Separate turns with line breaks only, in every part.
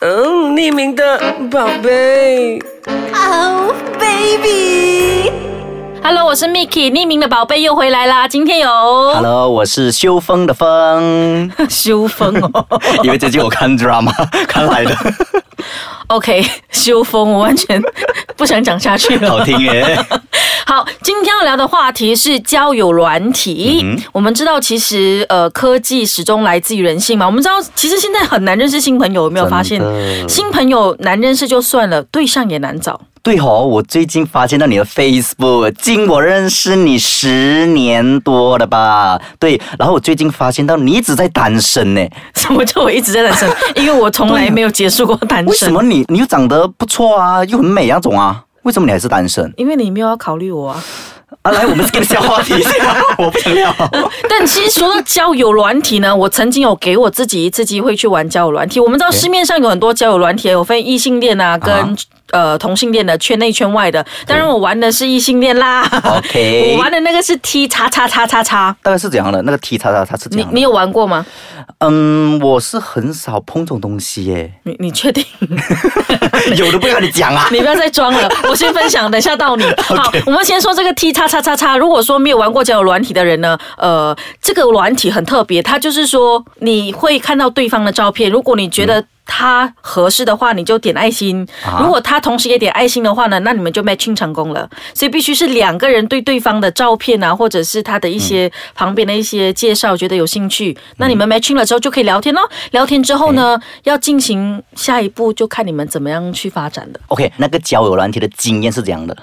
嗯，匿名的宝贝。
Oh baby，
Hello，我是 Miki，匿名的宝贝又回来啦。今天有
Hello，我是修风的 风，
修风 哦
因为最近我看 drama 看来 的，
，OK，修风，我完全 不想讲下去
好
了。
听耶。
好，今天要聊的话题是交友软体。
嗯
我们知道，其实呃，科技始终来自于人性嘛。我们知道，其实现在很难认识新朋友，有没有发现
真？的
新朋友难认识就算了，对象也难找。
对哦，我最近发现到你的 Facebook，经我认识你十年多了吧？对，然后我最近发现到你一直在单身呢，
什么叫我一直在单身？因为我从来没有结束过单身。
啊为什么你你又长得不错啊，又很美那种啊？为什么你还是单身？
因为你没有要考虑我啊。
啊，来，我们给你下话题 我不想聊。
但其实说到交友软体呢，我曾经有给我自己一次机会去玩交友软体。我们知道市面上有很多交友软体，有分异性恋啊，跟、
啊
呃同性恋的，圈内圈外的。当然我玩的是异性恋啦。
OK
我玩的那个是 T 叉叉叉叉叉。
大概是怎样的？那个 T 叉叉叉是怎
你
样的
你有玩过吗？
嗯，我是很少碰这种东西耶，
你你确定？
有的不跟你讲 啊。
你不要再装了，我先分享，等下到你。好，我们先说这个 T 叉叉叉叉。如果说没有玩过交友软体的人呢，呃，这个软体很特别，它就是说你会看到对方的照片，如果你觉得。他合适的话，你就点爱心；
啊
如果他同时也点爱心的话呢，那你们就 matching 成功了。所以必须是两个人对对方的照片啊，或者是他的一些旁边的一些介绍，觉得有兴趣，那你们 matching 了之后就可以聊天喽。聊天之后呢，要进行下一步，就看你们怎么样去发展了。
OK，那个交友软体的经验是怎样的？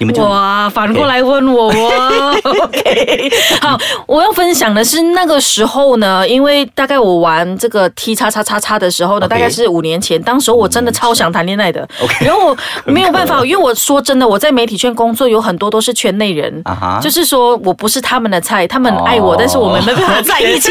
你们就
哇，反过来问 我哦。OK，好， 我要分享的是那个时候呢，因为大概我玩这个 T 叉叉叉叉的时候呢
OK 嗯
大概是五年前，当时我真的超想谈恋爱的。
OK
然后我没有办 法，因为我说真的，我在媒体圈工作有很多都是圈内人
啊哈
就是说我不是他们的菜，他们爱我
哦
但是我们没办法在一起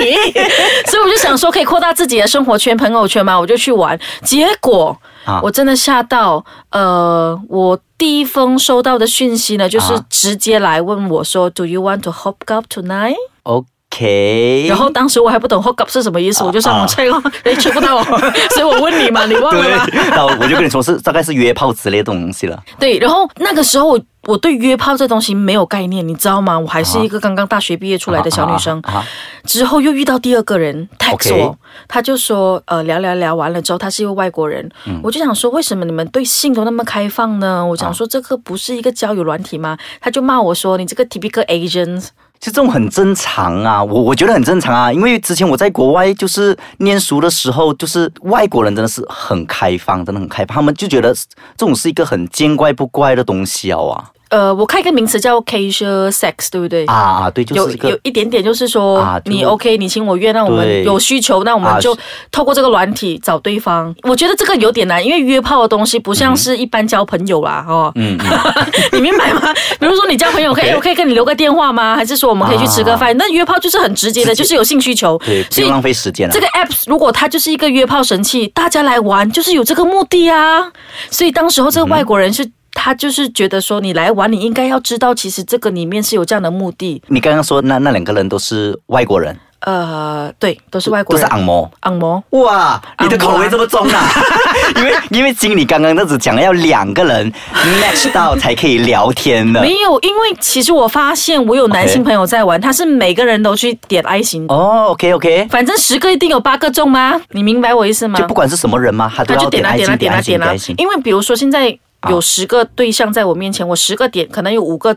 所以我就想说可以扩大自己的生活圈、朋友圈嘛，我就去玩，结果。
啊
我真的吓到，呃，我第一封收到的讯息呢，就是
啊
直接来问我说、d o you want to hook up tonight？”
OK，
然后当时我还不懂 “hook up” 是什么意
啊
思，我就上网 check 哦，人 check 不到 我，所以我问你嘛，你忘了
对
吗？，
然后我就跟你说是大概是约炮之类的东西了。
对，然后那个时候我我对约炮这东西没有概念，你知道吗？我还是一个刚刚大学毕业出来的小女生。
啊啊啊
之后又遇到第二个人 text
OK
我，他就说呃聊聊聊完了之后，他是一位外国人，我就想说为什么你们对性都那么开放呢？我想说这个不是一个交友软体吗？他就骂我说你这个 typical agent。
就这种很正常啊，我我觉得很正常啊，因为之前我在国外就是念书的时候，就是外国人真的是很开放，真的很开放，他们就觉得这种是一个很见怪不怪的东西啊哇
呃，我看一个名词叫 casual sex，对不对？
啊啊，对，就
有
是一个
有一点点，就是说、
啊就
你 OK，你情我愿，那我们
对
有需求，那我们
啊
就是透过这个软体找对方。我觉得这个有点难，因为约炮的东西不像是一般交朋友啦，哦，
嗯嗯
你明白吗？比如说你交朋友可以
OK 啊
我可以跟你留个电话吗？还是说我们可以去吃个饭？那约炮就是很直接的，就是有性需求
对，，不
所以
用浪费时间了、啊
这个 app 如果它就是一个约炮神器，大家来玩就是有这个目的啊。所以当时候这个
嗯
外国人是。他就是觉得说，你来玩，你应该要知道，其实这个里面是有这样的目的。
你刚刚说那那两个人都是外国人，
呃，对，都是外国
都
人，
是昂摩。
按摩。
哇，你的
按摩啊
口味这么重啊！ 因为因为经理刚刚那只讲了要两个人 match 到才可以聊天的。
没有，因为其实我发现我有男
OK
性朋友在玩，他是每个人都去点爱心，
哦，OK OK，
反正十个一定有八个中吗？你明白我意思吗？
就不管是什么人嘛，他都
他
要
就点啊
爱
点啊
心
点
点啊
啊
爱心
点啊
爱心，。
因为比如说现在有十个对象在我面前，我十个点，可能有五个。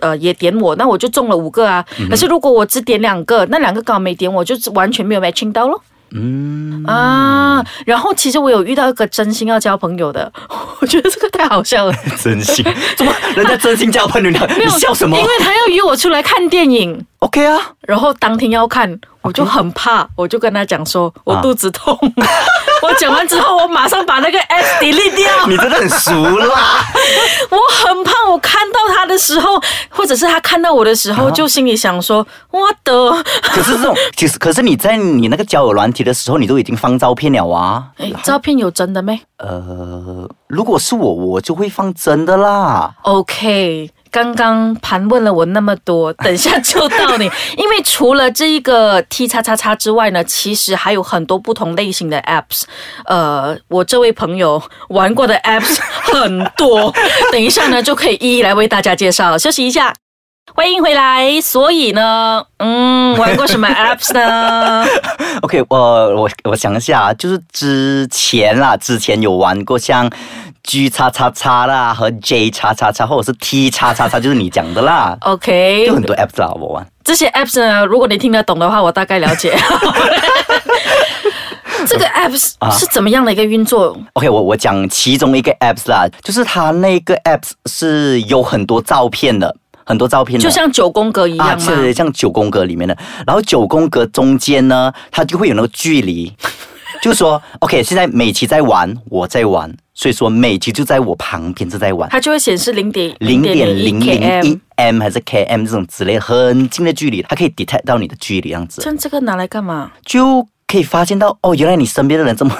呃，也点我，那我就中了五个啊。
嗯
可是如果我只点两个，那两个刚好没点我，就完全没有 matching 到咯。嗯啊，然后其实我有遇到一个真心要交朋友的， 我觉得这个太好笑了。
真心，怎么人家真心交朋友，你你笑什么
因为他要约我出来看电影，
？OK 啊，
然后当天要看，我就很怕，我就跟他讲说，我
啊
肚子 痛。我讲完之后，我马上把那个 S delete 掉。
你真的很熟啊啦。
我很怕，我看到他的时候，或者是他看到我的时
啊
候，就心里想说：“我的，
可是这种，其实可是你在你那个交友软体的时候，你都已经放照片了啊。
哎，照片有真的没
呃，如果是我，我就会放真的啦。
？OK。刚刚盘问了我那么多，等一下就到你。因为除了这一个 T 叉叉叉之外呢，其实还有很多不同类型的 apps。呃，我这位朋友玩过的 apps 很多，等一下呢就可以一一来为大家介绍。休息一下。欢迎回来。所以呢，嗯，玩过什么 apps 呢？，
OK，我我我想一下啊，就是之前啦，之前有玩过像 G 叉叉叉啦和 J 叉叉叉，或者是 T 叉叉叉，就是你讲的啦
OK，
有很多 app 啦，我玩。
这些 apps 呢，如果你听得懂的话，我大概了 解。这个 apps
啊
是怎么样的一个运作？
OK，我我讲其中一个 apps 啦，就是它那个 apps 是有很多照片的，很多照片的，
就像九宫格一样
啊，
吗？
是像九宫格里面的，然后九宫格中间呢，它就会有那个距离，就是说 OK，现在美琪在玩，我在玩，所以说美琪就在我旁边就在玩。
它就会显示零点
零点零零一
km。
m 还是 km 这种之类很近的距离，它可以 detect 到你的距离，这样子
像这个拿来干嘛？
就可以发现到哦，原来你身边的人这么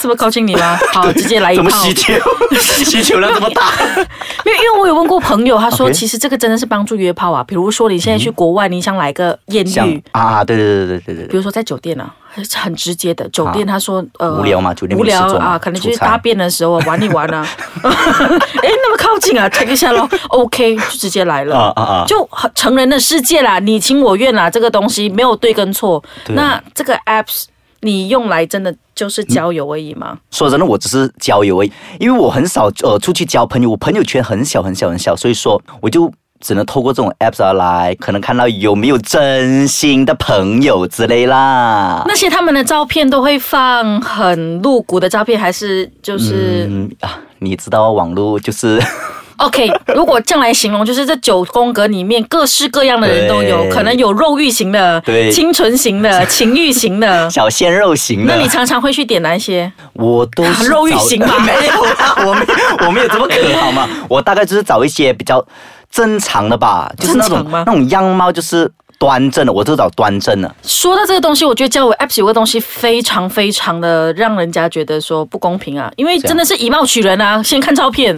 这么靠近你 吗？好，直接来一
这
炮
么。需求， 需求量这 么大。
因为因为我有问过朋友，他说
OK 嗯
其实这个真的是帮助约炮啊。比如说你现在去国外，你想来个艳
像
遇，
啊，对对对对对
嗯比
对，
如说在酒店啊，很直接的。酒店他说，呃，
无聊嘛酒店
无
没事
聊
做嘛
啊，可能就是
出差
大便的时候玩一玩 啊。 哎，那么靠近啊，check 一下咯。OK，就直接来了。
啊啊啊
就很成人的世界啦，你情我愿啦，这个东西没有对跟错。
对
那这个 apps 你用来真的就是交友而已吗？
说真的，我只是交友而已，因为我很少呃出去交朋友，我朋友圈很小很小很小，所以说我就。只能透过这种 apps 啊来，可能看到有没有真心的朋友之类啦。
那些他们的照片都会放很露骨的照片，还是就是、
嗯啊，你知道网络就是
OK？如果这样来形容，就是这九宫格里面各式各样的人都有，
对
可能有肉欲型的、
对
清纯型的、 情欲型的。
小鲜肉型的。
那你常常会去点哪一些？
我都是找
肉欲型吧
没有啦，我没我没有这么渴好吗？我大概就是找一些比较正常的吧，就是那种
正常吗
那种样貌就是端正的，我就找端正的。
说到这个东西，我觉得交友 Apps 有个东西非常非常的让人家觉得说不公平啊，因为真的是以貌取人啊，先看照片，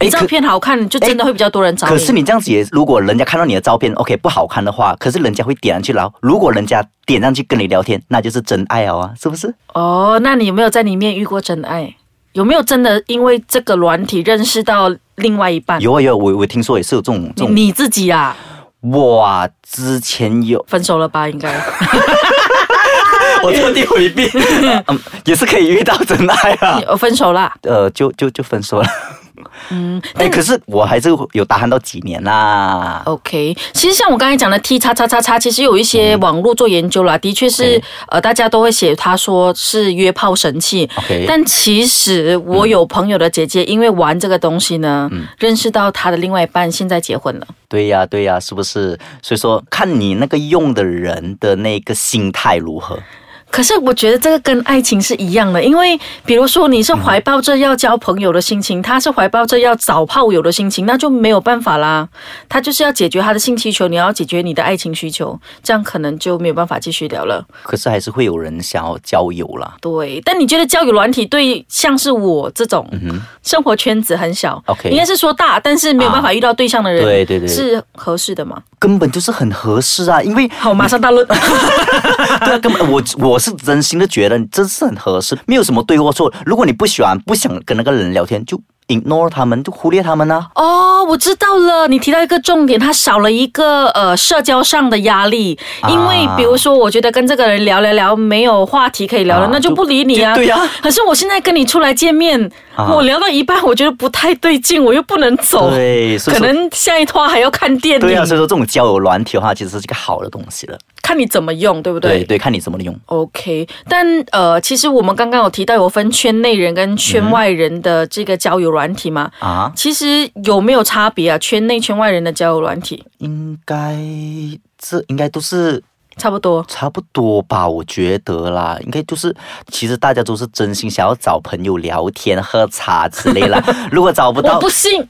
你
诶哎可哎
照片好看，就真的会比较多人找你。
可是你这样子也，如果人家看到你的照片，OK 不好看的话，可是人家会点上去聊。如果人家点上去跟你聊天，那就是真爱哦啊，是不是？
哦，那你有没有在里面遇过真爱？有没有真的因为这个软体认识到另外一半？
有啊有啊，我我听说也是有这种这
你
种。
你自己啊，
哇，之前有，
分手了吧？ 应该
我特地回避， 嗯，也是可以遇到真爱啊。
我分手啦。
呃，就就就分手了。嗯，哎，可是我还是有打喊到几年啦。
哦 OK，其实像我刚才讲的 T 叉叉叉叉，其实有一些网络做研究啦，的确是
嗯 OK
呃，大家都会写他说是约炮神器。
OK 嗯
但其实我有朋友的姐姐，因为玩这个东西呢，认识到她的另外一半，现在结婚了。
对呀、对呀、是不是？所以说，看你那个用的人的那个心态如何。
可是我觉得这个跟爱情是一样的，因为比如说你是怀抱着要交朋友的心情，他是怀抱着要找炮友的心情，那就没有办法啦。他就是要解决他的性需求，你要解决你的爱情需求，这样可能就没有办法继续聊了。
可是还是会有人想要交友啦。
对，但你觉得交友软体对像是我这种
嗯
生活圈子很小
OK
应该是说大，但是没有办法遇到对象的人，
啊对对对
是合适的吗？
根本就是很合适啊， 因为
好，马上大论。
对啊，根本我我是真心的觉得你真是很合适，没有什么对或错。如果你不喜欢、不想跟那个人聊天，就 ignore 他们，就忽略他们啊。
哦，我知道了，你提到一个重点，他少了一个呃社交上的压力，因为
啊
比如说，我觉得跟这个人聊聊聊没有话题可以聊了，
啊
那就
就
不理你啊。
就对啊
可是我现在跟你出来见面，
啊
我聊到一半，我觉得不太对劲，我又不能走，
对，所以
哦可
说。
能下一拖还要看电
对
影，
啊，所以说这种交友软体的话，其实是一个好的东西了。
看你怎么用，对不
对对，看你怎么用。
OK，但呃，其实我们刚刚有提到有分圈内人跟
嗯
圈外人的这个交友软体嘛，
啊
其实有没有差别啊？圈内圈外人的交友软体
应该这应该都是
差不多。
差不多吧，我觉得啦，应该就是其实大家都是真心想要找朋友聊天、喝茶之类 啦。如果找不
我
到
不，信，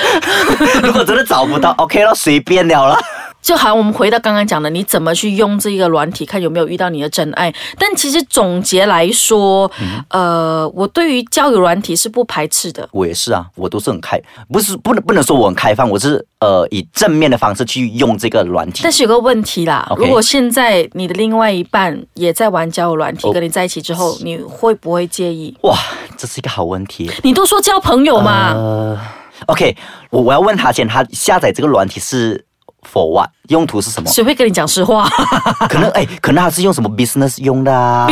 如果真的找不到，OK 了，随便了啦。
就好像我们回到刚刚讲的，你怎么去用这个软体，看有没有遇到你的真爱。但其实总结来说，
嗯
呃，我对于交友软体是不排斥的。
我也是啊，我都是很开，不是不能不能说我很开放，我是呃以正面的方式去用这个软体
但。是有个问题啦
OK
如果现在你的另外一半也在玩交友软体
哦
跟你在一起之后，你会不会介意？
哇，这是一个好问题。
你都说交朋友嘛，
呃，OK，我我要问他先，他下载这个软体是 for what？用途是什么？
谁会跟你讲实话？
可能哎，可能他是用什么 business 用的啊？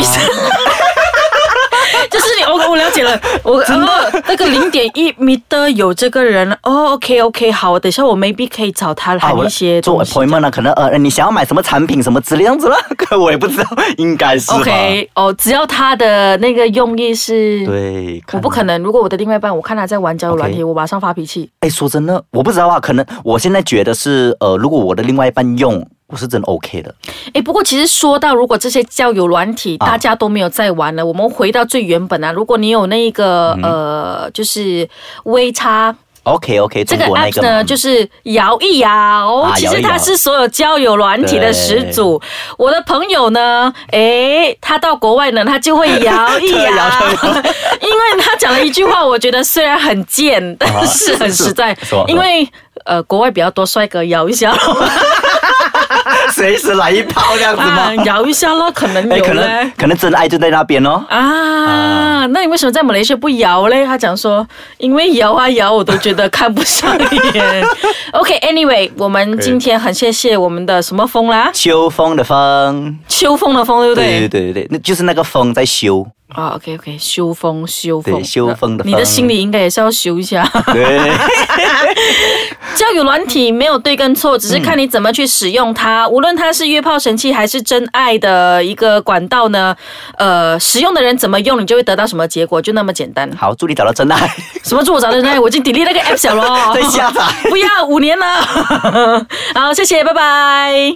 就是你，我我了解了，我哦，那个零点一米的有这个人哦，OK OK，好，等一下我 maybe 可以找他
啊
谈一些
做
东西。
appointment 呢，可能呃，你想要买什么产品什么之类样子啦， 可我也不知道，应该是吧
嗯 OK，哦，只要他的那个用意是，
对，
我不可能。如果我的另外一半，我看他在玩交友软体
OK
我马上发脾气。
哎，说真的，我不知道啊，可能我现在觉得是呃，如果我的另外一半用，我是真的 OK 的。
哎，不过其实说到如果这些交友软体
啊
大家都没有在玩了，我们回到最原本啊，如果你有那个、
嗯
呃，就是微差
OK OK，
这
中
个
国那
app
个
呢，
嘛
就是摇一摇，其
摇
实
一摇
它是所有交友软体的始祖。我的朋友呢，诶，他到国外呢，他就会摇一摇，因为他讲了一句话，我觉得虽然很贱，但是很实在
是是是，
因为呃，国外比较多帅哥摇一下咯，
随时来一炮这样子吗
啊？摇一下咯，可能
哎，
有
可
嘞
能。可能真爱就在那边哦。
啊，那你为什么在马来西亚不摇嘞？他讲说，因为摇啊摇，我都觉得看不上 眼。OK，Anyway，、我们今天很谢谢我们的什么风啦，
秋风的风，
秋风的风，对不
对
对？
对对对对，那就是那个风在修，
啊，OK，OK，、修风修风，
对修风的风
你的心里应该也是要修一下。
对，
交友软体没有对跟错，只是看你怎么去使用它。无论它是约炮神器还是真爱的一个管道呢，呃，使用的人怎么用，你就会得到什么结果，就那么简单。
好，祝你找 到真爱，
什么祝我找真爱？我已经 delete 那 个 app 小了哦。
再下载。
不要五年了。好，谢谢，拜拜。